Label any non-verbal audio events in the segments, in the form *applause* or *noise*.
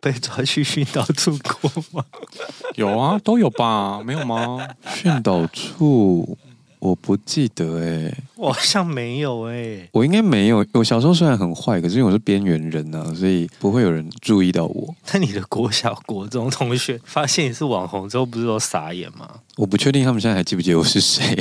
被抓去训导处过吗？有 *laughs* 啊，都有吧？没有吗？训导处我不记得哎、 *laughs* 我好像没有哎、我应该没有。我小时候虽然很坏，可是因为我是边缘人啊，所以不会有人注意到我。但你的国小、国中同学发现你是网红之后，不是都傻眼吗？我不确定他们现在还记不记得我是谁，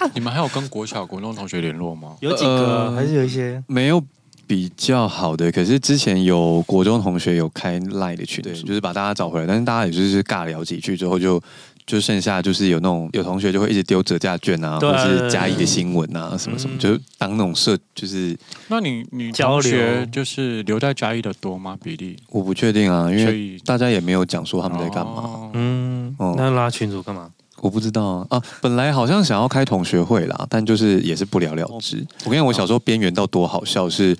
啊你们还有跟国小、国中同学联络吗？有几个、呃还是有一些？没有比较好的。可是之前有国中同学有开 Line 的群组，就是把大家找回来，但是大家也就是尬聊几句之后就。就剩下就是有那种有同学就会一直丢折价券啊，对或啊者是加一的新闻啊，什么什么，嗯就当那种社，就是那你你交流同学就是留在嘉义的多吗？比例？我不确定啊，因所为以大家也没有讲说他们在干嘛。哦嗯，哦那拉群主干嘛？我不知道啊啊，本来好像想要开同学会啦，但就是也是不了了之。我跟你讲，我小时候边缘到多好笑，是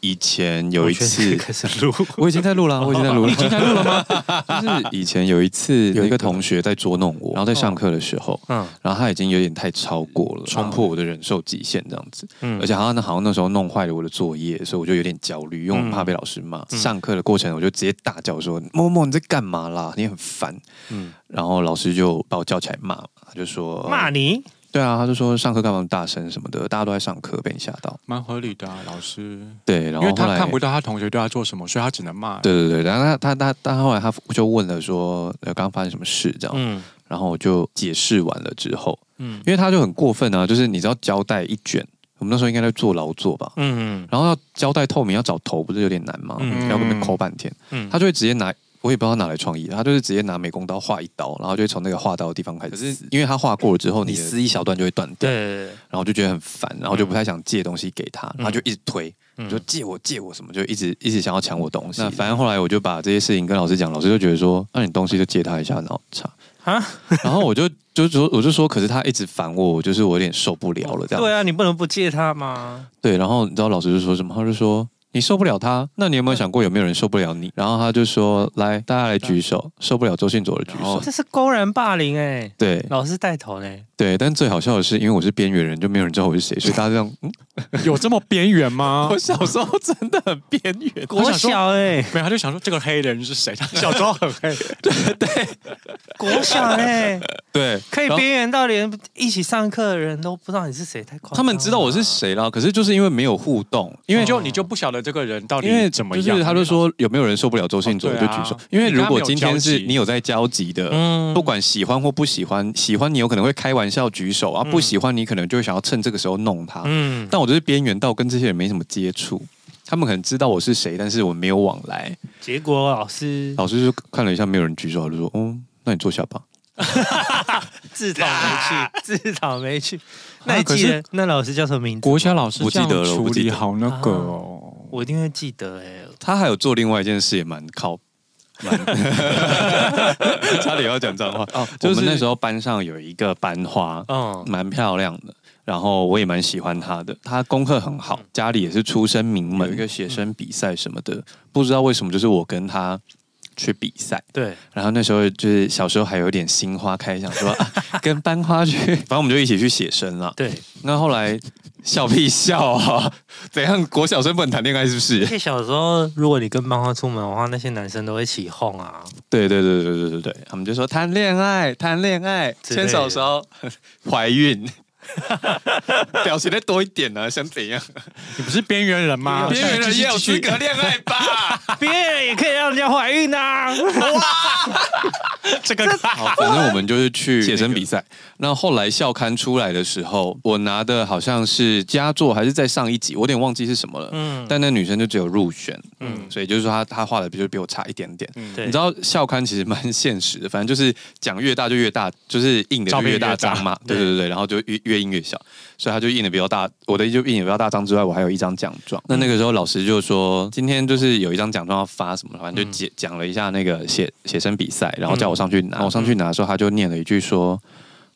以前有我一觉得次开始录，我已经在录了，我已经在录了，已经在录了吗？ *laughs* 就是以前有一次有一个同学在捉弄我，然后在上课的时候， *laughs* 嗯然后他已经有点太超过了，冲破我的忍受极限这样子，嗯，而且好像那好像那时候弄坏了我的作业，所以我就有点焦虑，因为我很怕被老师骂。嗯上课的过程我就直接大叫说：“默默你在干嘛啦？你很烦。”嗯然后老师就把我叫起来骂，他就说：“骂你，对啊，他就说上课干嘛那么大声什么的，大家都在上课，被你吓到。蛮合理的、啊，老师。对，然因后为后他来看不到他同学对他做什么，所以他只能骂。对对对，然后他他他他后来他就问了说，呃，刚刚发生什么事这样，嗯然后我就解释完了之后，嗯因为他就很过分啊，就是你知道胶带一卷，我们那时候应该在做劳作吧，嗯然后要胶带透明要找头不是有点难吗？嗯要被抠半天，嗯，他就会直接拿。我也不知道他哪来创意，他就是直接拿美工刀划一刀，然后就会从那个划刀的地方开始撕。因为他划过了之后，你你的撕一小段就会断掉，对，然后就觉得很烦，然后就不太想借东西给他，然后就一直推，嗯就借我借我什么，就一直一直想要抢我东西。那反正后来我就把这些事情跟老师讲，老师就觉得说，那、你东西就借他一下，然后查啊。然后我就就说我就说，可是他一直烦我，我就是我有点受不了了这样。对啊，你不能不借他吗？对，然后你知道老师就说什么？他就说。你受不了他，那你有没有想过有没有人受不了你？然后他就说：“来，大家来举手，受不了周信卓的举然手后。这是公然霸凌哎、”对老师带头欸嘞，对，但最好笑的是，因为我是边缘人，就没有人知道我是谁，所以大家这样。 *laughs* 嗯有这么边缘 *laughs* 吗？小 *laughs* 时候真的很边缘，国想说小哎、没有，他就想说这个黑人是谁？他小时候很黑，国小哎、对，可以然后边缘到连一起上课的人都不知道你是谁，太夸张了他们知道我是谁啦，可是就是因为没有互动，因因为为就你就不晓得这个人到底因为怎么就样。是他就说有没有人受不了周信哲，哦我对就啊举手。因为你跟如他果没有今天交是集你有在交集的。嗯不管喜欢或不喜欢，喜欢你有可能会开玩笑举手啊，嗯不喜欢你可能就会想要趁这个时候弄他。嗯但我就是边缘到跟这些人没什么接触，他们可能知道我是谁，但是我没有往来。结果老师老师就看了一下，没有人举手，他就说：“哦，那你坐下吧。自讨没趣，自讨没趣。那你可记是得那老师叫什么名字？国小老师我记得了这样处我记理得好那个哦。我一定会记得哎、”他还有做另外一件事，也蛮靠，蛮 *laughs* 差点要讲脏话。哦就是、我们那时候班上有一个班花，嗯蛮漂亮的，然后我也蛮喜欢她的。她功课很好，家里也是出身名嗯门，有一个写生比赛什么的，不知道为什么就是我跟她去比赛。对，然后那时候就是小时候还有点心花开，想 *laughs* 说、啊跟班花去，反正我们就一起去写生了。对，那后来笑屁笑啊， *laughs* 怎样？国小生不能谈恋爱是不而是？且小时候如果你跟漫画出门的话，那些男生都会起哄啊，对对对对对对对，他们就说谈恋爱，谈恋爱，之类牵的手手，怀孕， *laughs* 表情再多一点啊，想怎样？你不是边缘人 *laughs* 吗？边缘人也 *laughs* 有资格恋爱吧？别人也可以让人家怀孕 *laughs* 啊。这个好， *laughs* 反正我们就是去写生比赛。那后来校刊出来的时候，我拿的好像是佳作还是在上一集，我有点忘记是什么了。嗯，但那女生就只有入选，嗯嗯，所以就是说她她画的就比我差一点点。对你知道校刊其实蛮现实的，反正就是讲越大就越大，就是印的就越大张嘛，照片越大对对对对，然后就越越印越小，所以他就印的比较大，我的就印的比较大张之外，我还有一张奖状。那那个时候老师就说，今天就是有一张奖状要发什么，反正就讲嗯讲了一下那个写写生比赛，然后叫我上去拿，我上去拿的时候，他就念了一句说。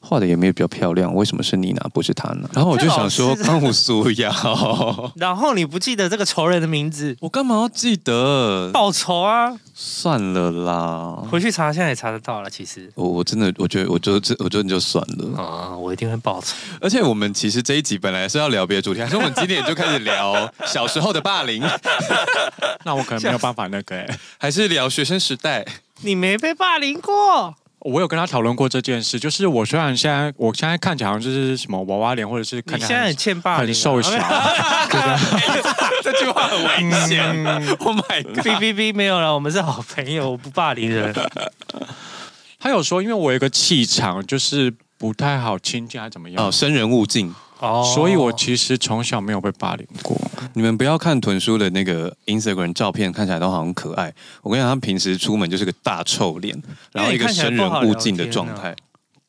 画的也没有比较漂亮，为什么是你拿不是他拿？然后我就想说这老师康复苏瑶，然后你不记得这个仇人的名字，我干嘛要记得？报仇啊！算了啦，回去查，现在也查得到了。其实我我真的我觉得我就这我觉得你就算了。啊、我一定会报仇。而且我们其实这一集本来是要聊别的主题，还是我们今天就开始聊小时候的霸凌，那我可能没有办法那个、欸。还是聊学生时代？你没被霸凌过？我有跟他讨论过这件事，就是我虽然现在我现在看起来好像就是什么娃娃脸，或者是看你起现来在很很欠霸凌、啊，很 *laughs* 受伤，这句话很嗯危险。oh my god！ *laughs* 哔哔哔，没有了，我们是好朋友，我不霸凌 *laughs* 人。 *laughs* 他有说，因为我有一个气场就是不太好亲近，还是怎么样？哦，生人勿近。哦所以我其实从小没有被霸凌过。你们不要看豚叔的那个 Instagram 照片，看起来都好像可爱。我跟你讲，他平时出门就是个大臭脸，然后一个生人勿近的状态。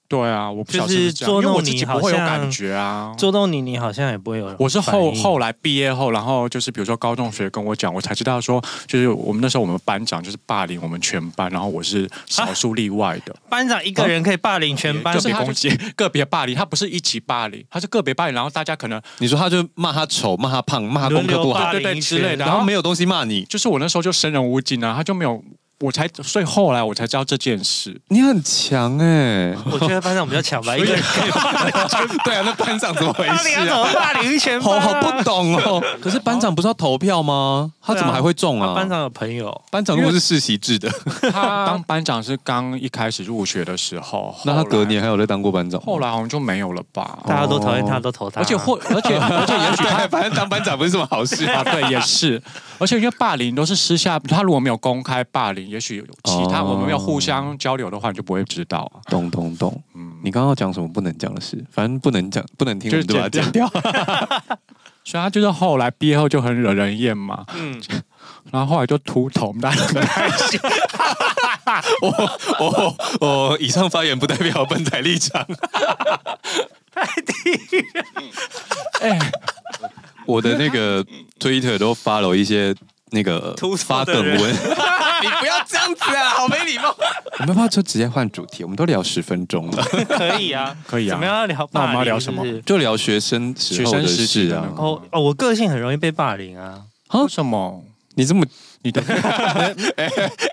对啊，我不小心就是这样捉因为我弄自己你不会有好像感觉啊。捉弄你，你好像也不会有。我是后后，来毕业后，然后就是比如说高中学跟我讲，我才知道说，就是我们那时候我们班长就是霸凌我们全班，然后我是少数例外的，班长一个人可以霸凌全班，个啊别他就攻击、个别霸凌，他不是一起霸凌，他是个别霸凌，然后大家可能你说他就骂他丑，骂他胖，骂他功课不好，轮流霸凌对对对之类的一然群后没有东西骂你，就是我那时候就生人勿近啊，他就没有，我才所以后来我才知道这 *laughs* 件事，你很强 *laughs* 哎、我觉得班长比较强 *laughs* 吧，一个人可以霸凌全班。对啊， *laughs* 那班长怎么回霸凌事啊怎啊？么霸凌全班、好啊？好不懂哦。可是班长不是要投票吗？他怎么还会中啊？他班长有朋哦友，班长如果是世袭制的，他当班长是刚一开始入学的时候，那他后来隔年还有在当过班长吗？后来好像就没有了吧。大家都讨厌他，都投他。而且 *laughs* 或而且而且也许他对，反正当班长不是什么好事 *laughs* *laughs* 啊，对，也是。而且因为霸凌都是私下，他如果没有公开霸凌，也许有其他、哦我们没有互相交流的话，你就不会知道啊。懂懂懂。嗯，你刚刚要讲什么不能讲的事？反正不能讲，不能听，就我是们就把它剪剪掉。 *laughs* 所以他就是后来毕业后就很惹人厌嘛，嗯， *laughs* 然后后来就秃头，我们大家都 *laughs* 开心。哦哦，以上发言不代表本台立场。哎、 *laughs* 我的那个 Twitter 都发了一些那个秃头发的梗人 *laughs* 文，你不要这样子啊，好没礼 *laughs* 貌。我们要不要就直接换主题？我们都聊十分钟 *laughs* 了，可以啊， *laughs* 可以啊怎么样聊霸凌？那我们要聊什么是不是就聊学生时候的学生时期事的啊那。个哦哦，我个性很容易被霸凌啊。为什么？你这么你的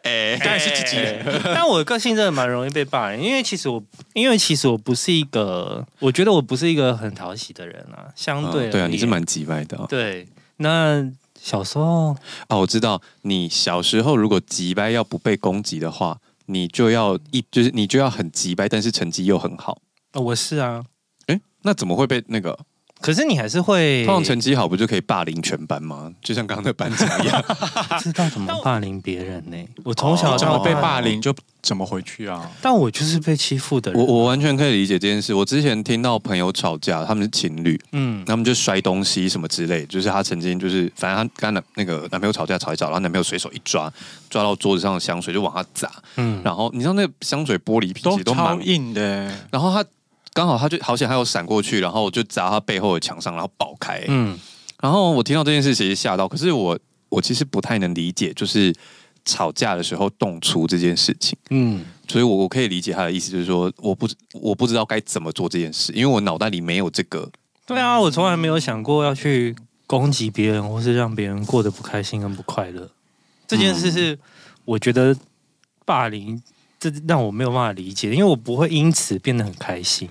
哎，当然是自己人。但我个性真的蛮容易被霸凌，因为其实我，因为其实我不是一个，我觉得我不是一个很讨喜的人啊，相对而言、对啊，你是蛮急歪的啊。对。那小时候哦，我知道，你小时候如果急掰要不被攻击的话，你就要一就是你就要很急掰，但是成绩又很好。呃我是啊，哎，那怎么会被那个？可是你还是会通常成绩好不就可以霸凌全班吗？就像刚刚那班长 *laughs* 一样。知道怎么霸凌别人呢、我从小哦怎到大么被霸，凌就怎么回去啊？但我就是被欺负的人。我我完全可以理解这件事。我之前听到朋友吵架，他们是情侣，嗯，他们就摔东西什么之类，就是她曾经就是，反正她跟她男那个男朋友吵架吵一吵，然后男朋友随手一抓，抓到桌子上的香水就往下砸，嗯然后你知道那个香水玻璃瓶都其实都超蛮，硬的、欸。然后她刚好她就好险还有闪过去，然后就砸她背后的墙上，然后爆开。嗯，然后我听到这件事其实吓到，可是我我其实不太能理解，就是吵架的时候动粗这件事情。嗯，所以我我可以理解他的意思，就是说我不我不知道该怎么做这件事，因为我脑袋里没有这个。对啊，我从来没有想过要去攻击别人，或是让别人过得不开心跟不快乐。这件事嗯是我觉得霸凌，这让我没有办法理解，因为我不会因此变得很开心。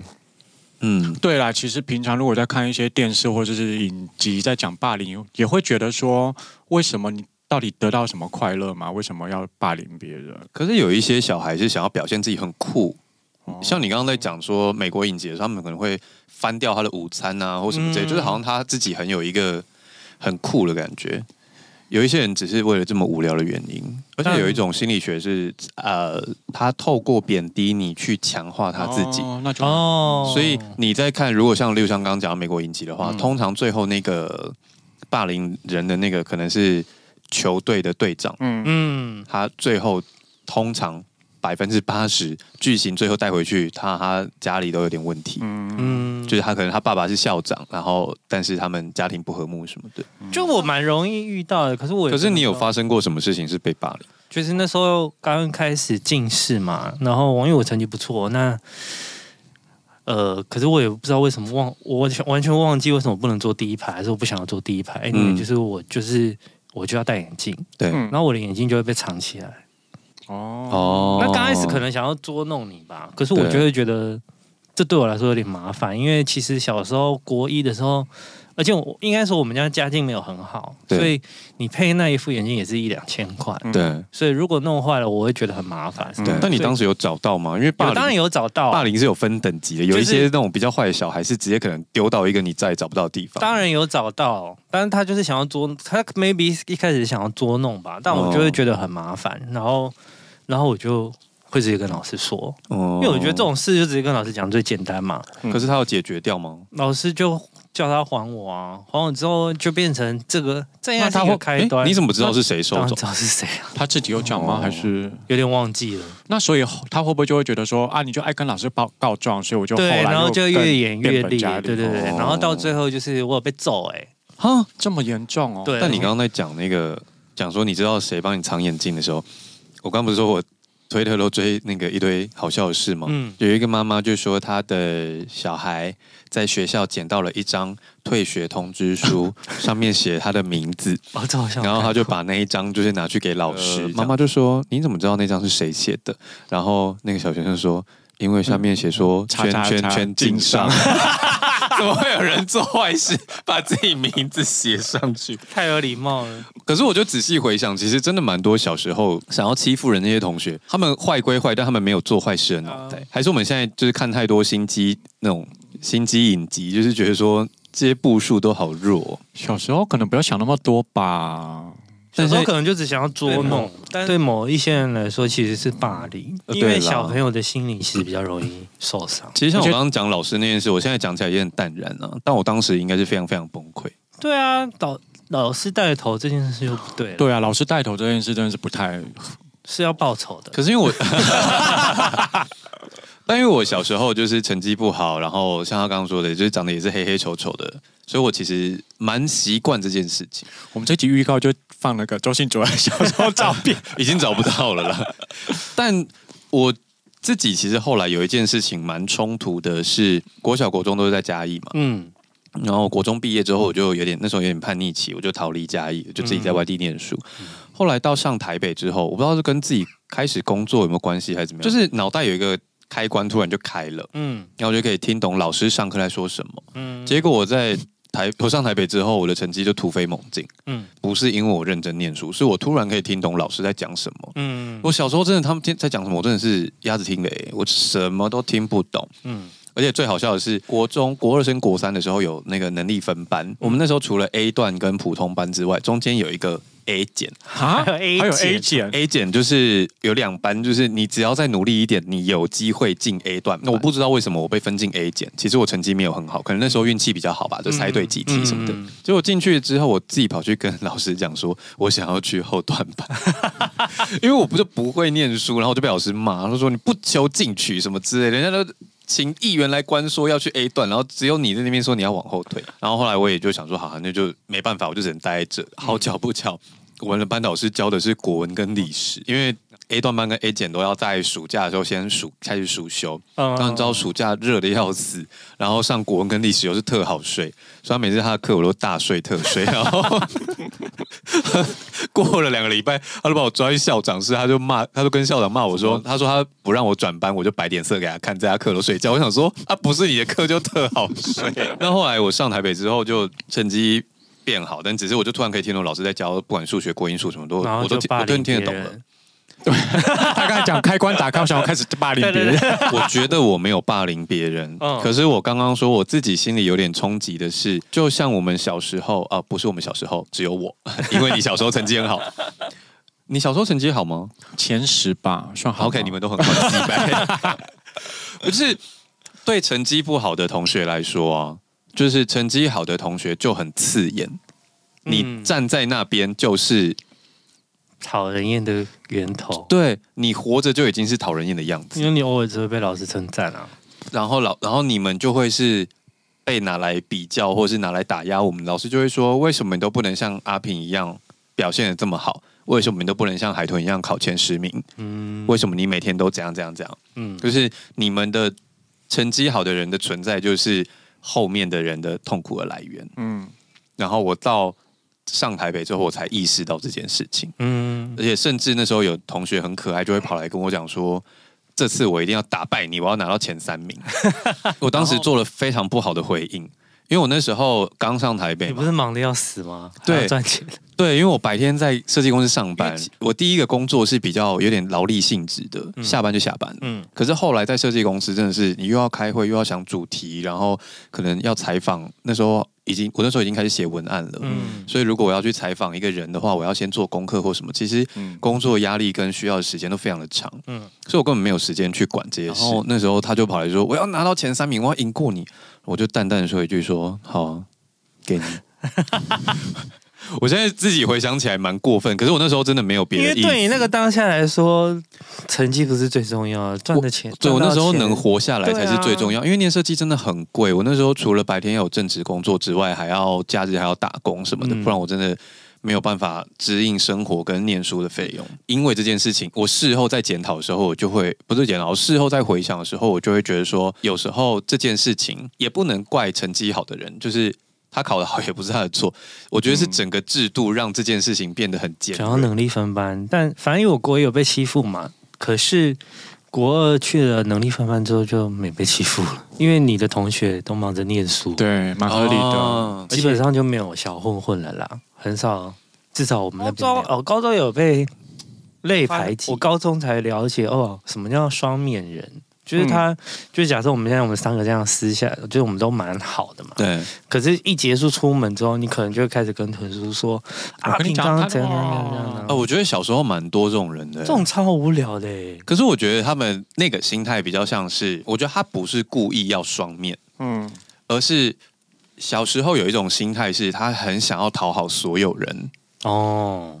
嗯，对啦，其实平常如果在看一些电视或者是影集，在讲霸凌，也会觉得说，为什么你到底得到什么快乐吗？为什么要霸凌别人？可是有一些小孩是想要表现自己很酷，哦像你刚刚在讲说美国影集的时候，他们可能会翻掉他的午餐啊，或什么之类，嗯就是好像他自己很有一个很酷的感觉。有一些人只是为了这么无聊的原因，而且有一种心理学是，呃，他透过贬低你去强化他自己。哦、那就哦所以你在看，如果像例如像刚刚讲到美国影集的话，嗯通常最后那个霸凌人的那个可能是球队的队长，嗯，嗯，他最后通常百分之八十剧情最后带回去，他他家里都有点问题。嗯，就是他可能他爸爸是校长，然后但是他们家庭不和睦什么的。就我蛮容易遇到的，可是我也可是你有不知道发生过什么事情是被霸凌？就是那时候刚开始近视嘛，然后因为我成绩不错，那呃，可是我也不知道为什么忘，我完全完全忘记为什么不能坐第一排，还是我不想要坐第一排。因为、嗯就是我就是我就要戴眼镜，对，嗯然后我的眼镜就会被藏起来。哦，哦，那刚开始可能想要捉弄你吧，可是我对就会觉得这对我来说有点麻烦，因为其实小时候国一的时候，而且我应该说我们家家境没有很好，对所以你配那一副眼镜也是一两千块，嗯对所以如果弄坏了，我会觉得很麻烦。嗯对，但你当时有找到吗？因为霸我凌当然有找到，霸凌是有分等级的，有一就是些那种比较坏的小孩是直接可能丢到一个你再也找不到的地方。当然有找到，但是他就是想要捉，他 maybe 一开始想要捉弄吧，但哦我就会觉得很麻烦，然后，然后我就会直接跟老师说，哦因为我觉得这，种嗯事就直接跟老师讲最简单嘛，可是他有解决掉吗？老师就叫他还我啊，还我之后就变成这个这样那是他一会个开端，诶你怎么知道是谁当收然走？知道是谁啊？他自己有讲吗？哦还是有点忘记了，那所以后他会不会就会觉得说啊，你就爱跟老师报告状，所以我就后对，来然后就越更演越变本烈，加对厉对对，哦然后到最后就是我有被揍哎、哈这么严重哦？对但你刚刚在讲那个，讲说你知道谁帮你藏眼镜的时候，我刚不是说我推特都追那个一堆好笑的事吗？嗯有一个妈妈就说她的小孩在学校捡到了一张退学通知书，上面写他的名 *laughs* 字，哦，这好像然后他就把那一张就是拿去给老师，呃妈妈就说你怎么知道那张是谁写的？然后那个小学生说。因为上面写说叉圈叉圈叉圈敬敬上， *laughs* 怎么会有人做坏事把自己名字写上去？太有礼貌了，可是我就仔细回想，其实真的蛮多小时候想要欺负人那些同学，他们坏归坏，但他们没有做坏事的脑袋。还是我们现在就是看太多心机那种心机影集，就是觉得说这些步数都好弱。哦小时候可能不要想那么多吧。小但时候是可能就只想要捉弄，但对某一些人来说其实是霸凌，呃因为对啦小朋友的心理其实比较容易受伤。其实像我而且刚刚讲老师那件事，我现在讲起来也很淡然啊，但我当时应该是非常非常崩溃。对啊，老老师带头这件事就不对了，对啊，老师带头这件事真的是不太是要报仇的。可是因为 *laughs* 我，但因为我小时候就是成绩不好，然后像他刚刚说的，就是长得也是黑黑丑丑的，所以我其实蛮习惯这件事情。我们这集预告就放那个周信哲小时候照 *laughs* 片， *laughs* 已经找不到了啦。但我自己其实后来有一件事情蛮冲突的是，国小国中都是在嘉义嘛，嗯，然后国中毕业之后，我就有点那时候有点叛逆期，我就逃离嘉义，就自己在外地念书。后来到上台北之后，我不知道是跟自己开始工作有没有关系，还是怎么样，就是脑袋有一个开关突然就开了，嗯然后我就可以听懂老师上课在说什么。嗯结果我在台我上台北之后，我的成绩就突飞猛进，嗯不是因为我认真念书，是我突然可以听懂老师在讲什么。嗯我小时候真的，他们今天在讲什么，我真的是鸭子听雷，我什么都听不懂。嗯而且最好笑的是，国中国二升国三的时候有那个能力分班，嗯我们那时候除了 A 段跟普通班之外，中间有一个 A 减啊，还有 A 还有减 A 减， ，A 减就是有两班，就是你只要再努力一点，你有机会进 A 段。那我不知道为什么我被分进 A 减，其实我成绩没有很好，可能那时候运气比较好吧，就猜对几题什么的。嗯嗯嗯结果进去之后，我自己跑去跟老师讲说，我想要去后段班，因为我不是不会念书，然后我就被老师骂，他说你不求进取什么之类的，人家都。请议员来关说要去 A 段，然后只有你在那边说你要往后退，然后后来我也就想说，好、啊，那就没办法，我就只能待在这。好巧不巧，我们的班导师教的是国文跟历史，因为 A 段班跟 A 减都要在暑假的时候先暑开始暑修，嗯当你知道暑假热的要死，然后上国文跟历史又是特好睡，所以他每次他的课我都大睡特睡，然后过了两个礼拜，他就把我抓去校长室，他就骂，他就跟校长骂我说，他说他不让我转班，我就摆脸色给他看，在他课楼睡觉。我想说，啊，不是你的课就特好 *laughs* 睡。那后来我上台北之后，就成绩变好，但只是我就突然可以听懂老师在教，不管数学、国英数什么都，然后我都就听霸我都凌听别得懂了人。。他刚才讲开关打开，我想要开始霸凌别人， *laughs* 我觉得我没有霸凌别人，嗯可是我刚刚说我自己心里有点冲击的是，就像我们小时候啊、不是我们小时候，只有我，因为你小时候成 *laughs* 绩很好。你小时候成绩好吗前十吧，算好吧。 ？OK，你们都很好，击败。 *laughs* 不是对成绩不好的同学来说啊，就是成绩好的同学就很刺眼，你嗯站在那边就是讨人厌的源头，对你活着就已经是讨人厌的样子因。为你偶尔只会被老师称赞啊。然后老，然后你们就会是被拿来比较，或是拿来打压我们。老师就会说，为什么你都不能像阿平一样表现的这么好？为什么你都不能像海豚一样考前十名？嗯为什么你每天都怎样怎样怎样？嗯就是你们的成绩好的人的存在就是后面的人的痛苦的来源。嗯，然后我到上台北之后，我才意识到这件事情，嗯而且甚至那时候有同学很可爱，就会跑来跟我讲说。这次我一定要打败你，我要拿到前三 *laughs* 名。我当时做了非常不好的回应，因为我那时候刚上台北你嘛不，是忙得要死吗？还对要赚钱，对，因为我白天在设计公司上因班为其，我第一个工作是比较有点劳力性质的，嗯下班就下班了。嗯可是后来在设计公司，真的是你又要开会，又要想主题，然后可能要采访。那时候已经，我那时候已经开始写文案了，嗯，所以如果我要去采访一个人的话，我要先做功课或什么。其实嗯哦工作压力跟需要的时间都非常的长，嗯嗯，所以我根本没有时间去管这些事。然然后后那时候他就跑来说：“我要拿到前三名，我要赢过你。”我就淡淡地说一句说：“好啊、给你。” *laughs* *laughs* 我现在自己回想起来蛮过分，可是我那时候真的没有别因的为意思。对你那个当下来说，成绩不是最重要的，赚的钱，对我赚那到时候钱啊能活下来才是最重要，因为念设计真的很贵。我那时候除了白天要有正职工作之外，还要假日还要打工什么的，嗯不然我真的没有办法支应生活跟念书的费用。因为这件事情，我事后在检讨的时候，我就会不是检讨，我事后在回想的时候，我就会觉得说，有时候这件事情也不能怪成绩好的人，就是。他考得好也不是他的错，我觉得是嗯整个制度让这件事情变得很简想要单。能力分班，但反正因为我国也有被欺负嘛。可是国二去了能力分班之后就没被欺负了，因为你的同学都忙着念书，，对，蛮合理的。哦基本上就没有小混混了啦，很少。至少我们那边高没中有哦，高中有被类排排挤挤。我高中才了解哦，什么叫双面人。就是嗯他，就是假设我们现在我们三个这样私下，就是我们都蛮好的嘛。对，可是，一结束出门之后，你可能就会开始跟屯叔说：“啊，我跟你平讲刚他怎样怎样哦怎样怎样。”啊，我觉得小时候蛮多这种人的、这种超无聊的欸、可是我觉得他们那个心态比较像是，我觉得他不是故意要双面，嗯，而是小时候有一种心态是他很想要讨好所有人，哦，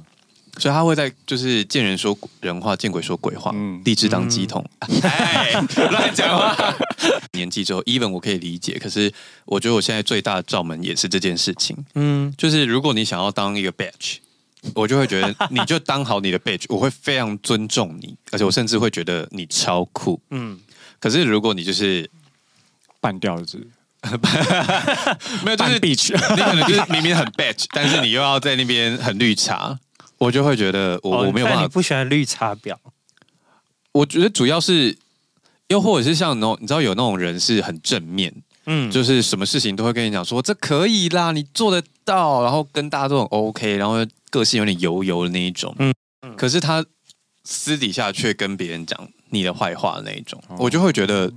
所以他会在就是见人说人话，见鬼说鬼话，嗯立志当鸡桶。 *laughs* 哎，乱讲话。 *laughs* 年纪之后，even 我可以理解，可是我觉得我现在最大的罩门也是这件事情，嗯，就是如果你想要当一个 batch。我就会觉得你就当好你的 badge，我会非常尊重你，而且我甚至会觉得你超酷。嗯，可是如果你就是半吊子，没有，就半是 b e 你可能就是明明很 *laughs* batch，但是你又要在那边很绿茶，我就会觉得我、哦我没有但办法你。不喜欢绿茶婊，我觉得主要是，又或者是像那种你知道有那种人是很正面，嗯，就就是什么事情都会跟你讲说这可以啦，你做得到，然后跟大家都很 OK，然后个性有点油油的那一种。嗯嗯，可是他私底下却跟别人讲你的坏话的那一种，我就会觉得，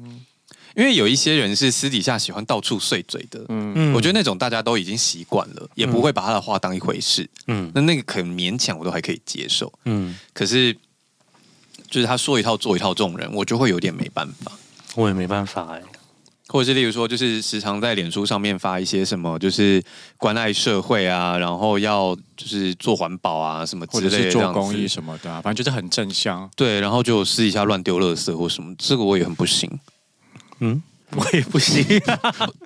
因为有一些人是私底下喜欢到处碎嘴的，嗯，嗯我觉得那种大家都已经习惯了，也不会把他的话当一回事。嗯那那个可能勉强我都还可以接受，嗯，可是就是他说一套做一套这种人，我就会有点没办法。我也没办法欸哎、或者是例如说，就是时常在脸书上面发一些什么，就是关爱社会啊，然后要就是做环保啊什么 *laughs* 或之者类是的这做样公益子。什么的啊、反正就是很正向。对，然后就私底下乱丢垃圾或什么，这个我也很不行。嗯，我也不行。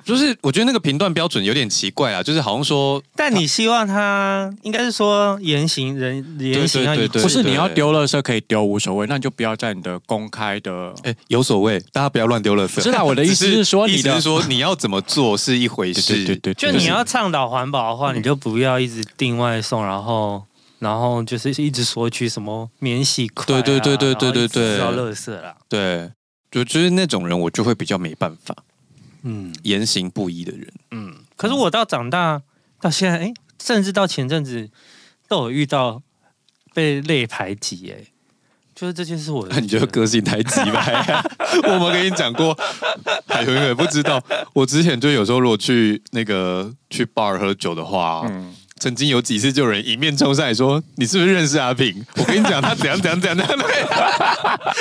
就是我觉得那个评断标准有点奇怪啊，就是好像说但你希望他应该是说言行人言行要一对致，不是对你要丢垃圾可以丢无所谓，那你就不要在你的公开的。哎，有所谓，大家不要乱丢垃圾。是啦我的意思只是说你的意思是说你要怎么做是一回事，对就你要倡导环保的话，你就不要一直订外送，然后。然后就是一直索取什么免洗筷、啊，对对对对对对对然后一直吃到垃圾啦，对，就就是那种人，我就会比较没办法，嗯言行不一 *laughs* 的人。嗯。可是我到长大到现在，哎，甚至到前阵子都有遇到被类排挤，哎，就是这件事我，那 *laughs* 你觉得个性太急啊吧？ *laughs* 我们跟你讲过，哎海云也不知道。我之前就有时候如果去那个去 bar 喝酒的话，啊嗯，曾经有几次就有人迎面冲上来说：“你是不是认识阿平？”我跟你讲，他怎样怎样怎样怎 *laughs* 样，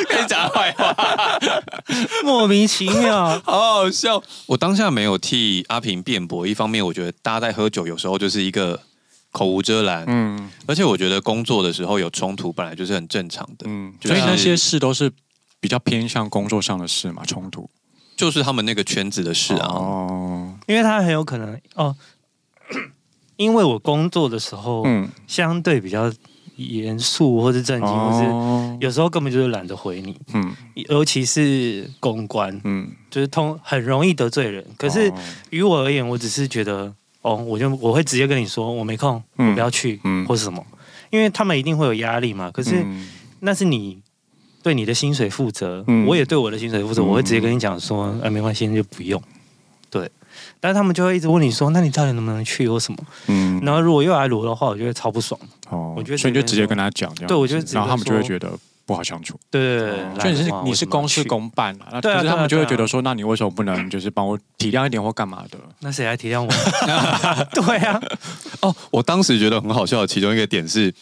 跟你讲他坏话，，莫名其妙 *laughs* 好好笑。我当下没有替阿平辩驳，一方面我觉得大家在喝酒有时候就是一个口无遮拦，嗯而且我觉得工作的时候有冲突本来就是很正常的，嗯，就所是以那些事都是比较偏向工作上的事嘛，冲突就是他们那个圈子的事啊。哦，因为他很有可 *clears throat* 能哦，因为我工作的时候、嗯相对比较严肃或是震惊，或是哦有时候根本就是懒得回你，嗯尤其是公关，嗯，就是通很容易得罪人。 *laughs* 可是哦于我而言，我只是觉得，哦，我就我会直接跟你说我没空，嗯我不要去，嗯或是什么，因为他们一定会有压力嘛。可是嗯那是你对你的薪水负责，嗯我也对我的薪水负责，嗯我会直接跟你讲说，呃，没关系，那就不用。对，但是他们就会一直问你说，那你到底能不能去或什么？嗯，然后如果又来裸的话，我就会超不爽。哦我觉得所以你就这个直接跟他讲，这样对我就子直接然后他们就会说觉得不好相处。对对对，就懒你得是嘛你是公事，为什么要去公办啊，那对啊可是对啊他们就会对啊觉得说，那你为什么不能就是帮我体谅一点或干嘛的？那谁来体 *laughs* 谅我？ *laughs* 对啊，哦，我当时觉得很好笑的其中一个点是，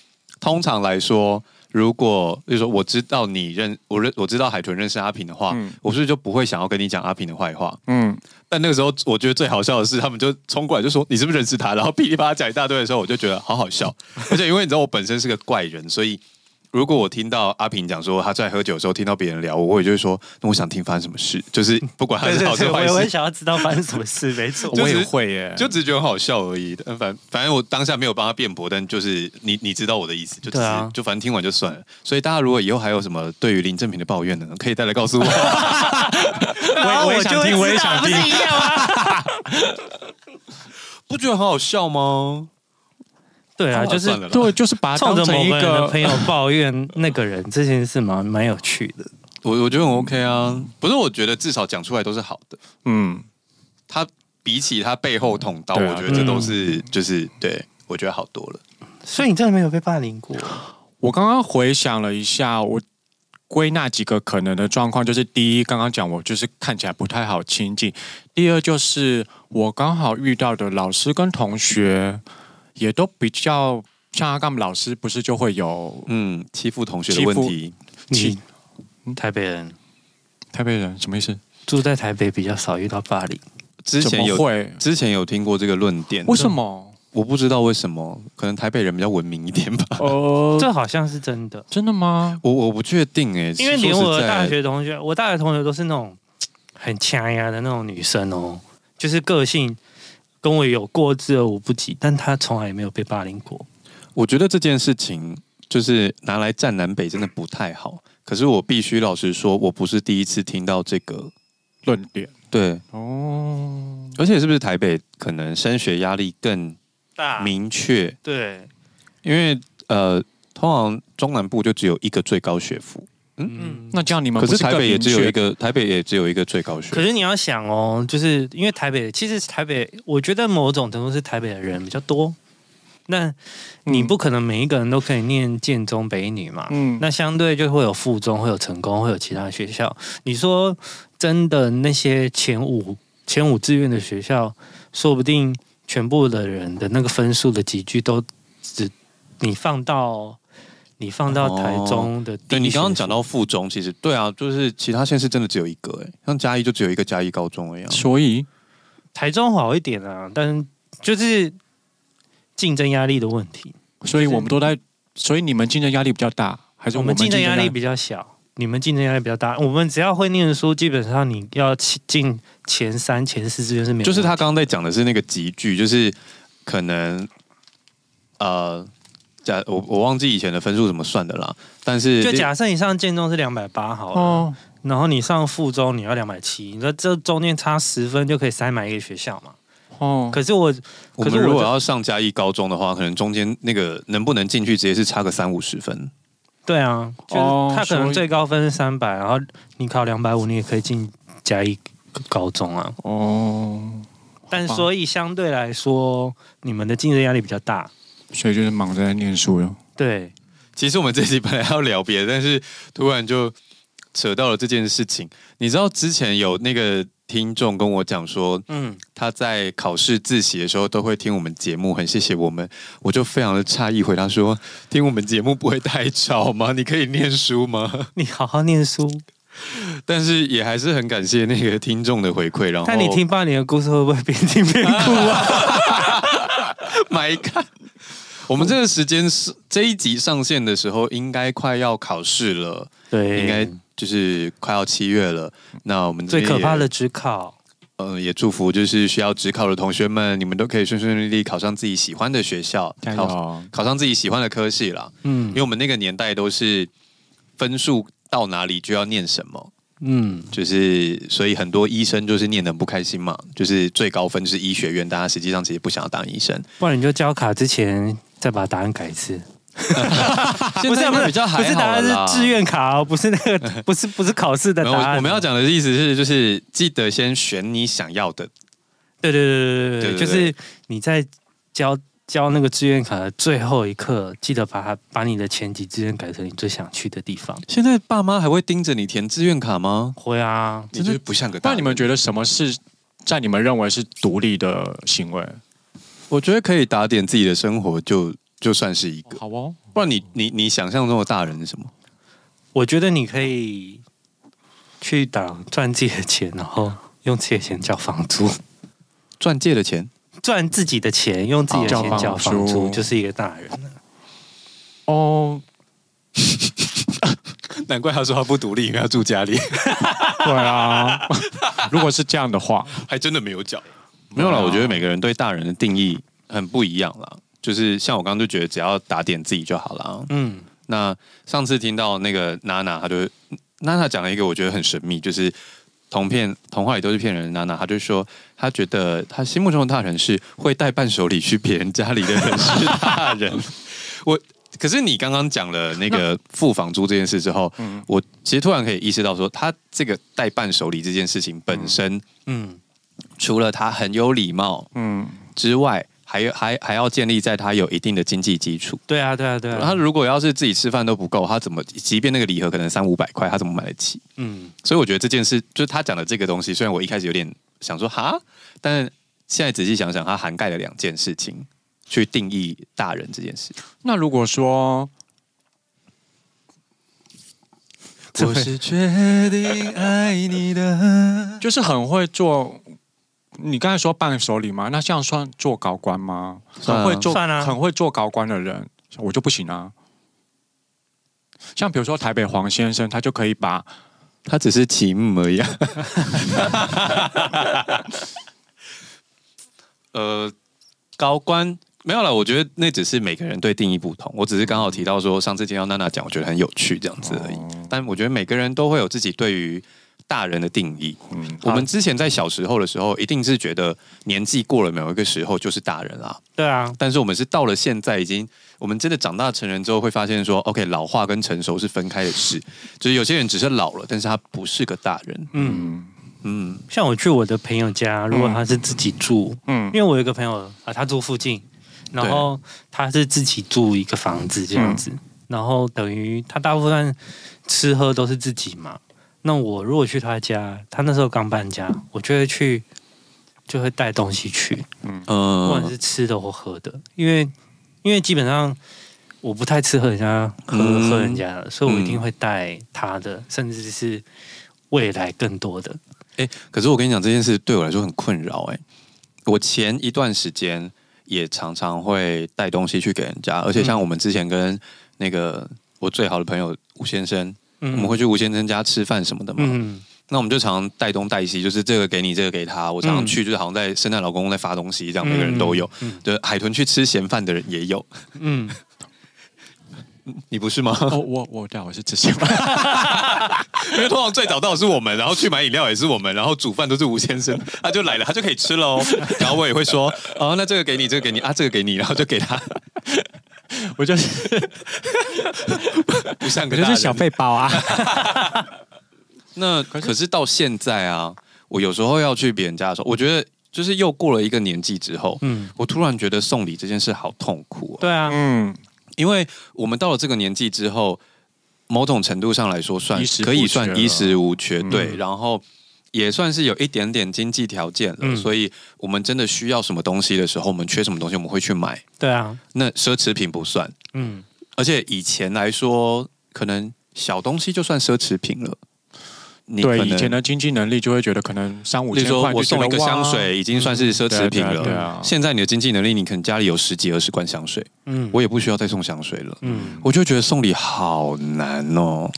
通常来说，如果就是说我知道你认我认我知道海豚认识阿平的话，嗯我是不是就不会想要跟你讲阿平的坏话？嗯，但那个时候，我觉得最好笑的是，他们就冲过来就说：“你是不是认识他？”然后噼里啪啦讲一大堆的时候，我就觉得好好笑。而且因为你知道我本身是个怪人，所以如果我听到阿平讲说他在喝酒的时候听到别人聊我，我也就会说：“那我想听发生什么事。”就是不管他对是对好对，是我坏也会事，想要知道发生什么事，没错。就我也是会耶，就只觉得很好笑而已。但反反正我当下没有帮他辩驳，但就是你你知道我的意思，就只是、对啊就反正听完就算了。所以大家如果以后还有什么对于林正平的抱怨呢，可以再来 *laughs* 告诉我。然后我也想听，啊就我会也知道想不是听。一样吗？不觉得很好笑吗？对 *laughs* 啊，好就是算了啦对，就是把它冲着当成某一个人的朋个友抱怨那个人这件事蛮蛮有趣的。我我觉得很 OK 啊，不是，我觉得至少讲出来都是好的。嗯，他比起他背后捅刀，对啊我觉得这都是、就是对我觉得好多了。所以你真的没有被霸凌过？我刚刚回想了一下，我归纳几个可能的状况，就是第一，刚刚讲我就是看起来不太好亲近；第二，就是我刚好遇到的老师跟同学也都比较。像阿干老师不是就会有嗯，欺负同学的问题，其你台北人台北人什么意思？住在台北比较少遇到霸凌，之怎前么有会？之前有听过这个论点，为什么？我不知道为什么，可能台北人比较文明一点吧。 *laughs* 哦， *laughs* 这好像是真的。真的吗？我我不确定哎、因为连说我的实在大学同学，我大学同学都是那种很强呀的那种女生哦，就是个性跟我有过之而无不及，但她从来也没有被霸凌过。我觉得这件事情就是拿来站南北真的不太好。可是我必须老实说，我不是第一次听到这个。论点对，哦，而且是不是台北可能升学压力更大明确？对，因为呃，通常中南部就只有一个最高学府，嗯，那这样你们可不是台更北也只有明确一个，台北也只有一个最高学可府。是你要想哦，就是因为台北，其实台北，我觉得某种程度是台北的人比较多，那你嗯不可能每一个人都可以念建中北女嘛，嗯那相对就会有附中，会有成功，会有其他学校。你说真的，那些前五前五志愿的学校，说不定全部的人的那个分数的集聚都只你放到你放到台中的、哦对你刚刚讲，到附中，其实对啊，就是其他县市真的只有一个、哎，像嘉义就只有一个嘉义高中啊一样。所以台中好一点啊，但是就是竞争压力的问题，所以我们都在，所以你们竞争压力比较大，还是我们们竞争争压力比较小。你们竞争压力比较大，我们只要会念书，基本上你要进前三、前四志愿是没有问题。就是他刚刚在讲的是那个集聚，就是可能呃，假我我忘记以前的分数怎么算的啦，但是就假设你上建中是两百八好了，哦，然后你上附中你要两百七，你说这中间差十分就可以塞满一个学校嘛？哦，可是我我可们是我如果就要上嘉义高中的话，可能中间那个能不能进去，直接是差个三五十分。对啊，就是哦他可所能以最高分是三百，然后你考两百五，你也可以进嘉义高中啊。哦，但所以相对来说，你们的竞争压力比较大。所以就是忙着在念书了。对，其实我们这集本来要聊别的，但是突然就扯到了这件事情。你知道之前有那个听众跟我讲说，嗯，他在考试自习的时候都会听我们节目，很谢谢我们。我就非常的诧异，回答说：“听我们节目不会太吵吗？你可以念书吗 *laughs* 你好好念书。？”但是也还是很感谢那个听众的回馈。然后，但你听八年的故事会不会边听边哭啊？*laughs* My God！我们这个时间是这一集上线的时候，应该快要考试了，对，应该就是快要七月了。那我们这最边可怕也的只考，呃，也祝福就是需要职考的同学们，你们都可以顺顺利利考上自己喜欢的学校，加考油！考上自己喜欢的科系啦。嗯因为我们那个年代都是分数到哪里就要念什么，嗯，就是所以很多医生就是念得很不开心嘛，就是最高分是医学院，大家实际上其实不想要当医生。不然你就交卡之前再把答案改一 *laughs* 次。现在应该比较还不是答好案啦是志愿卡哦，不是那个，不是不是考试的没答有，我案。我们要讲的意思是，就是记得先选你想要的，对对对对对对，对就对是你在交交那个志愿卡的最后一刻，记得把它把你的前几志愿改成你最想去的地方。现在爸妈还会盯着你填志愿卡吗？会啊，你就是不像个大那人。你们觉得什么是在你们认为是独立的行为？我觉得可以打点自己的生活就，就算是一个。好哦，不然你你你想象中的大人是什么？我觉得你可以去打赚自己的钱，然后用自己的钱交房租， *laughs* 赚借的钱？赚自己的钱，用自己的交钱房交房租，租就是一个大人了。哦，难怪他说他不独立，因为他住家里， *laughs* 对啊， *laughs* 如果是这样的话，还真的没有缴。没有啦，我觉得每个人对大人的定义很不一样啦。就是像我刚刚就觉得，只要打点自己就好了。嗯，那上次听到那个娜娜，她就娜娜讲了一个我觉得很神秘，就是同片童话里都是骗人的娜娜，她就说她觉得她心目中的大人是会带伴手礼去别人家里的人是大人。我可是你刚刚讲了那个付房租这件事之后，嗯我其实突然可以意识到说，他这个带伴手礼这件事情本身，嗯，除了他很有礼貌嗯，之外，还有还还要建立在他有一定的经济基础。对啊，对啊，对他啊，如果要是自己吃饭都不够，他怎么？即便那个礼盒可能三五百块，他怎么买得起？嗯，所以我觉得这件事，就是他讲的这个东西，虽然我一开始有点想说哈，但现在仔细想想，它涵盖了两件事情，去定义大人这件事。那如果说我是确定爱你 *laughs* 的，就是很会做。你刚才说伴手礼嘛，那这样算做高官吗？算啊很会做，算啊很会做高官的人，我就不行啊。像比如说台北黄先生，他就可以把他只是题目而已、啊。 *laughs* 呃，高官没有了，我觉得那只是每个人对定义不同。我只是刚好提到说，上次听到娜娜讲，我觉得很有趣这样子而已。但我觉得每个人都会有自己对于大人的定义。嗯，我们之前在小时候的时候，一定是觉得年纪过了某一个时候就是大人啦。对啊，但是我们是到了现在，已经我们真的长大成人之后，会发现说，OK，老化跟成熟是分开的事。就是有些人只是老了，但是他不是个大人。嗯。嗯嗯，像我去我的朋友家，如果他是自己住，嗯 *laughs* 因为我有一个朋友啊，他住附近，然后他是自己住一个房子这样子，然后等于他大部分吃喝都是自己嘛。那我如果去他家，他那时候刚搬家，我就会去，就会带东西去，不管嗯，是吃的或喝的，因为因为基本上我不太吃喝人家喝、嗯喝人家的，所以我一定会带他的，甚至是未来更多的。可是我跟你讲，这件事对我来说很困扰。哎，我前一段时间也常常会带东西去给人家，嗯而且像我们之前跟那个我最好的朋友吴先生，嗯我们会去吴先生家吃饭什么的嘛。嗯那我们就常常带东带西，就是这个给你，这个给他。我嗯常常去，就是好像在圣诞老公公在发东西这样，每个人都有。嗯对，海豚去吃咸饭的人也有，嗯，你不是吗？ *laughs* 哦，我我对啊，我是自己。因为通常最早到的是我们，然后去买饮料也是我们，然后煮饭都是吴先生，他就来了，他就可以吃喽。然后我也会说，哦，那这个给你，这个给你啊，这个给你，然后就给他， *laughs* 我就是不像我个就大是人。小背包啊。那可是到现在啊，我有时候要去别人家的时候，我觉得就是又过了一个年纪之后，嗯嗯，我突然觉得送礼这件事好痛苦、哦。对啊，嗯，因为我们到了这个年纪之后，某种程度上来说算衣食无可以算缺衣了食无缺，嗯对，然后也算是有一点点经济条件了，嗯所以我们真的需要什么东西的时候，我们缺什么东西，我们会去买。对啊，那奢侈品不算，嗯。而且以前来说，可能小东西就算奢侈品了。你可对能以前的经济能力就会觉得可能三五例千如说块，我送一个香，水已经算是奢侈对品啊对啊对了啊。现在你的经济能力，你可能家里有十几二十罐香水，嗯，我也不需要再送香水了。嗯我就觉得送礼好难哦。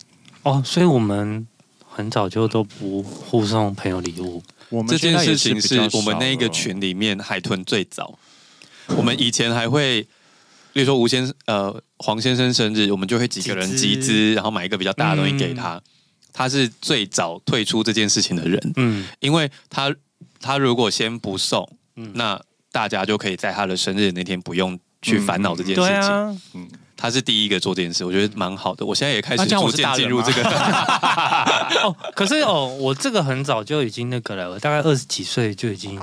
哦，所以我们很早就都不互送朋友礼物，我们这现件在也事情比是较我们少那一个了，群里面海豚最早。我们以前还会，例如说吴先呃黄先生生日，我们就会几个人集集资嗯资，然后买一个比较大的东西给他。他是最早退出这件事情的人，嗯因为他他如果先不送，嗯，那大家就可以在他的生日那天不用去烦恼这件事对情。啊，嗯他是第一个做这件事，我觉得蛮好的。我现在也开始那这样我是逐渐大人进入吗这个， *laughs* 哦，可是哦，我这个很早就已经那个了，我大概二十几岁就已经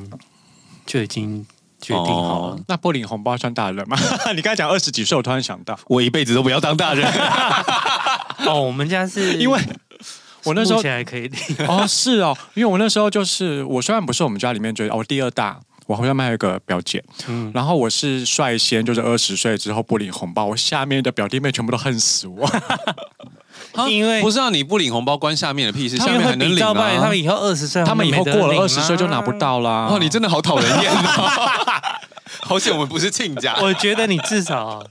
就已经决定好了。哦那不领红包算大人吗？ *laughs* 你刚才讲二十几岁，我突然想到，我一辈子都不要当大人。哦，我们家是因为我那时候目前还可以领， *laughs* 哦，是哦，因为我那时候就是，我虽然不是我们家里面最哦第二大，我好像还有一个表姐，嗯，然后我是率先就是二十岁之后不领红包，我下面的表弟妹全部都恨死我，因为啊不是让你不领红包关下面的屁事，他下们面会还能比领较拜，他啊们。以后二十岁，他们以后没得过了领啊二十岁就拿不。到啦。哦，你真的好讨人厌哦！ *laughs* 好险我们不是亲家。我觉得你至少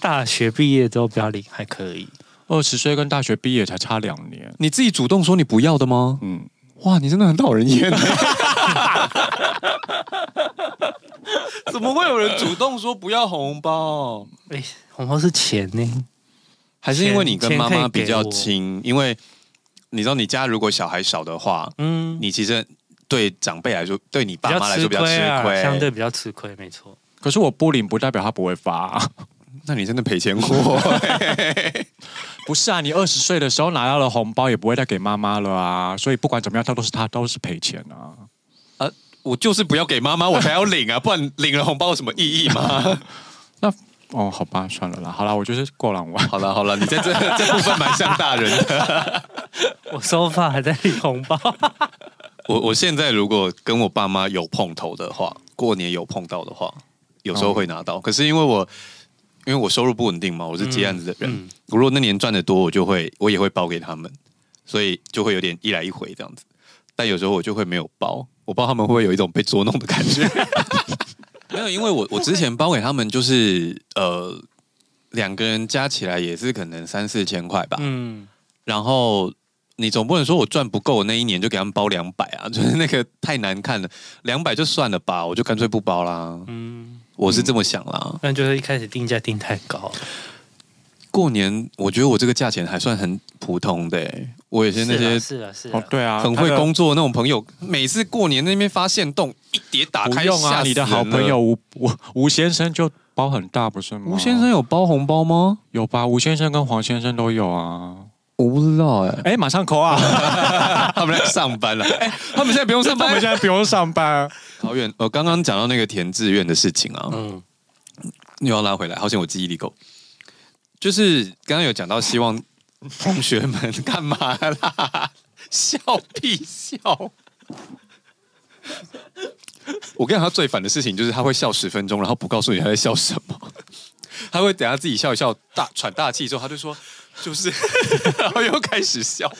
大学毕业之后不要领还可以。二十岁跟大学毕业才差两年，你自己主动说你不要的吗？嗯，哇，你真的很讨人厌。怎么会有人主动说不要红包？哎，红包是钱呢，还是钱因为你跟妈妈比钱可以较给我亲？因为你知道，你家如果小孩少的话，嗯，你其实对长辈来说，对你爸妈来说比较吃亏啊，亏。相对比较吃亏，没错。可是我不领不代表他不会发、啊那你真的赔钱货。不是啊，你二十岁的时候拿到了红包，也不会再给妈妈了啊，所以不管怎么样，他都是他都是赔钱啊。 *laughs* 我就是不要给妈妈，我才要领啊，不然领了红包有什么意义 *laughs* 吗？哦，好吧，算了啦，好啦，我就是过狼玩。好了好了，你在这这部分蛮像大人的。我收发还在领红包， *laughs* 我我现在如果跟我爸妈有碰头的话，过年有碰到的话，有时候会拿到。可是因为我因为我收入不稳定嘛，我是接案子的人，嗯我如果那年赚的多，我就会我也会包给他们，所以就会有点一来一回这样子。但有时候我就会没有包，我不知道他们会不会有一种被捉弄的感觉。 *laughs* 没有，因为我我之前包给他们就是呃两个人加起来也是可能三四千块吧，嗯，然后你总不能说我赚不够，那一年就给他们包两百啊， *laughs* 就是那个太难看了，两百就算了吧，我就干脆不包啦。嗯，我是这么想啦。那就是一开始定价定太高，过年我觉得我这个价钱还算很普通的欸、我有些那些是啊是啊哦，，对啊，很会他的工作的那种朋友，每次过年那边发现动一叠打不开，用啊，吓死你的好人了朋友。吴吴吴先生就包很大，不是吗？吴先生有包红包吗？有吧？吴先生跟黄先生都有啊。我不知道哎、哎、马上扣 *laughs* 啊！ *laughs* 他们在上 *laughs* 班了。哎、他们现在不用上我们班现。在不用上班。桃园，我刚刚讲到那个填志愿的事情啊，嗯又要拉回来，好险我记忆力够。就是刚刚有讲到，希望 *laughs* 同学们干嘛啦？笑屁笑！我跟你讲，他最烦的事情就是他会笑十分钟，然后不告诉你他在笑什么。 *laughs* 他会等下自己笑一笑，大喘大气之后，他就说就是， *laughs* 然后又开始笑。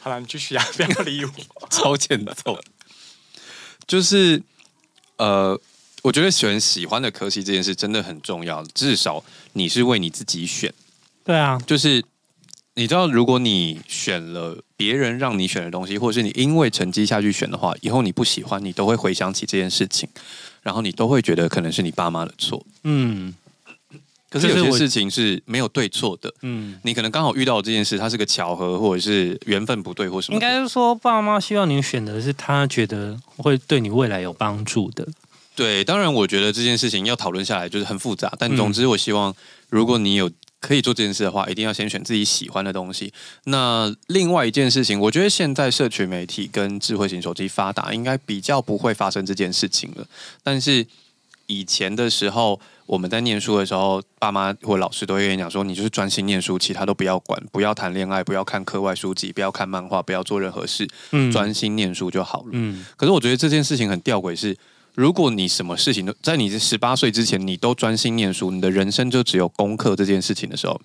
好了，你继续啊，不要理我。超欠揍。就是呃，我觉得选喜欢的科系这件事真的很重要，至少你是为你自己选。对啊，就是你知道，如果你选了别人让你选的东西，或者是你因为成绩下去选的话，以后你不喜欢，你都会回想起这件事情，然后你都会觉得可能是你爸妈的错。嗯可就是有是些我事情是没有对错的，嗯，你可能刚好遇到这件事，它是个巧合，或者是缘分不对，或什么应的。该是说爸妈希望你选的是他觉得会对你未来有帮助的，对，当然，我觉得这件事情要讨论下来就是很复杂，但嗯总之，我希望如果你有可以做这件事的话，一定要先选自己喜欢的东西。那另外一件事情，我觉得现在社群媒体跟智慧型手机发达，应该比较不会发生这件事情了。但是以前的时候，我们在念书的时候，爸妈或老师都会跟你讲说，你就是专心念书，其他都不要管，不要谈恋爱，不要看课外书籍，不要看漫画，不要做任何事，嗯，专心念书就好了。嗯可是我觉得这件事情很吊诡是，如果你什么事情都在你十八岁之前，你都专心念书，你的人生就只有功课这件事情的时候，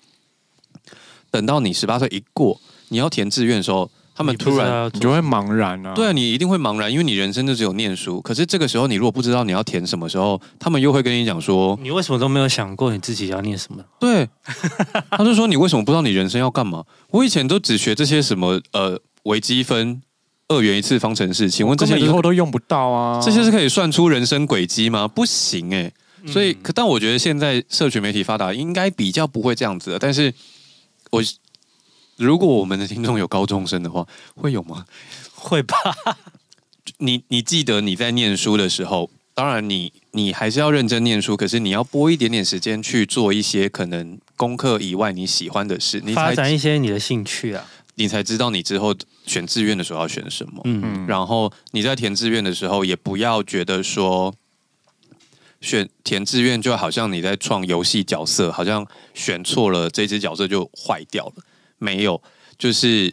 等到你十八岁一过，你要填志愿的时候，他们你不突知然。道 *laughs* 你就会茫然啊。对，啊，你一定会茫然，因为你人生就只有念书。可是这个时候，你如果不知道你要填什么时候，他们又会跟你讲说，你为什么都没有想过你自己要念什么？ *laughs* 对，他就说你为什么不知道你人生要干嘛？我以前都只学这些什么呃微积分、二元一次方程式，请问这根些本以都是后都用不到啊。这哦些是可以算出人生轨迹吗？不行哎、嗯所以，可但我觉得现在社群媒体发达，应该比较不会这样子的。但是我，如果我们的听众有高中生的话，会有吗？会吧？你你记得你在念书的时候，当然你你还是要认真念书，可是你要拨一点点时间去做一些可能功课以外你喜欢的事，你发展才一些你的兴趣啊。你才知道你之后选志愿的时候要选什么。嗯，然后你在填志愿的时候，也不要觉得说选填志愿就好像你在创游戏角色，好像选错了这只角色就坏掉了。没有，就是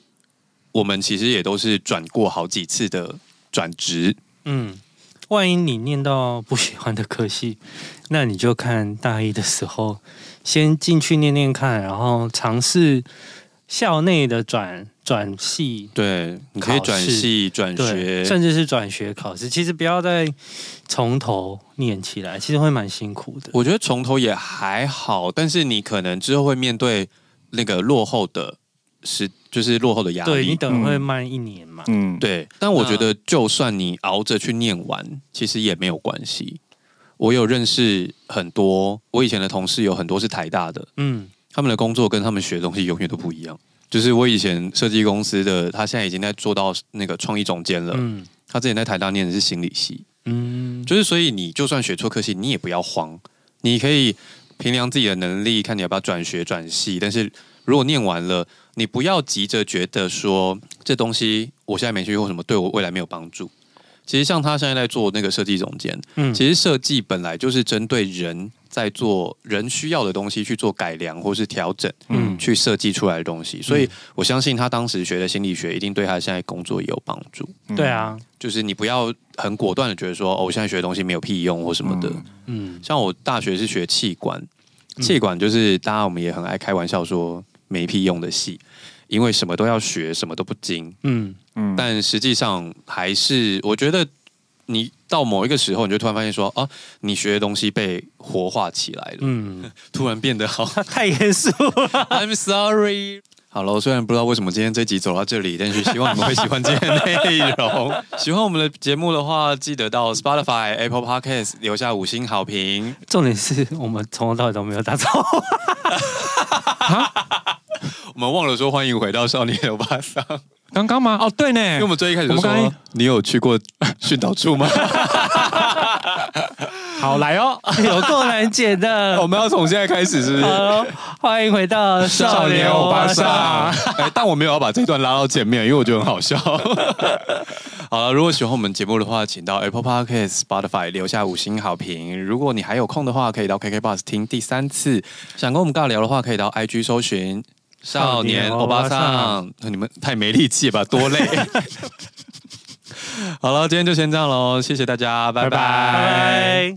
我们其实也都是转过好几次的转职，嗯，万一你念到不喜欢的科系， *laughs* 那你就看大一的时候先进去念念看，然后尝试校内的转转系，对，你可以考试转系、转对，学，甚至是转学考试。其实不要再从头念起来，其实会蛮辛苦的。我觉得从头也还好，但是你可能之后会面对那个落后的时，就是落后的压力。对你等会嗯慢一年嘛。嗯，对，但我觉得就算你熬着去念完，其实也没有关系。我有认识很多，我以前的同事有很多是台大的，嗯他们的工作跟他们学的东西永远都不一样。就是我以前设计公司的，他现在已经在做到那个创意总监了。嗯他之前在台大念的是心理系，嗯，就是所以你就算学错科系，你也不要慌，你可以衡量自己的能力，看你要不要转学转系。但是如果念完了，你不要急着觉得说这东西我现在没去或什么对我未来没有帮助。其实像他现在在做那个设计总监，嗯其实设计本来就是针对人在做人需要的东西去做改良或是调整，嗯嗯，去设计出来的东西。所以我相信他当时学的心理学一定对他现在工作也有帮助。嗯对，啊，就是你不要很果断的觉得说，哦，我现在学的东西没有屁用或什么的。嗯嗯像我大学是学气管，气管就是大家我们也很爱开玩笑说没屁用的系，因为什么都要学，什么都不精。嗯嗯但实际上还是我觉得你到某一个时候，你就突然发现说，啊，你学的东西被活化起来了，嗯，突然变得好。他太严肃了。 I'm sorry。好了，虽然不知道为什么今天这集走到这里，但是希望你们会喜欢今天的内容。 *laughs* 喜欢我们的节目的话，记得到 Spotify、Apple Podcast 留下五星好评。 *laughs* 重点是我们从头到尾都没有打招呼。 *laughs* 我们忘了说欢迎回到少年欧巴 *laughs* 桑，刚刚吗？哦，对呢，因为我们最一开始就我们刚说刚你有去过训导处 *laughs* 吗？好来哦，有够难解的。 *laughs* 我们要从现在开始，是不是？好，欢迎回到少年欧巴桑。， *laughs* 哎，但我没有要把这段拉到前面，因为我觉得很好笑。 *laughs* 好了，如果喜欢我们节目的话，请到 Apple Podcast、Spotify 留下五星好评。如果你还有空的话，可以到 KK Bus 听第三次。想跟我们尬聊的话，可以到 IG 搜寻“少年欧巴桑”。哎你们太没力气吧，多 *laughs* 累。好了，今天就先这样喽，谢谢大家，拜拜。拜。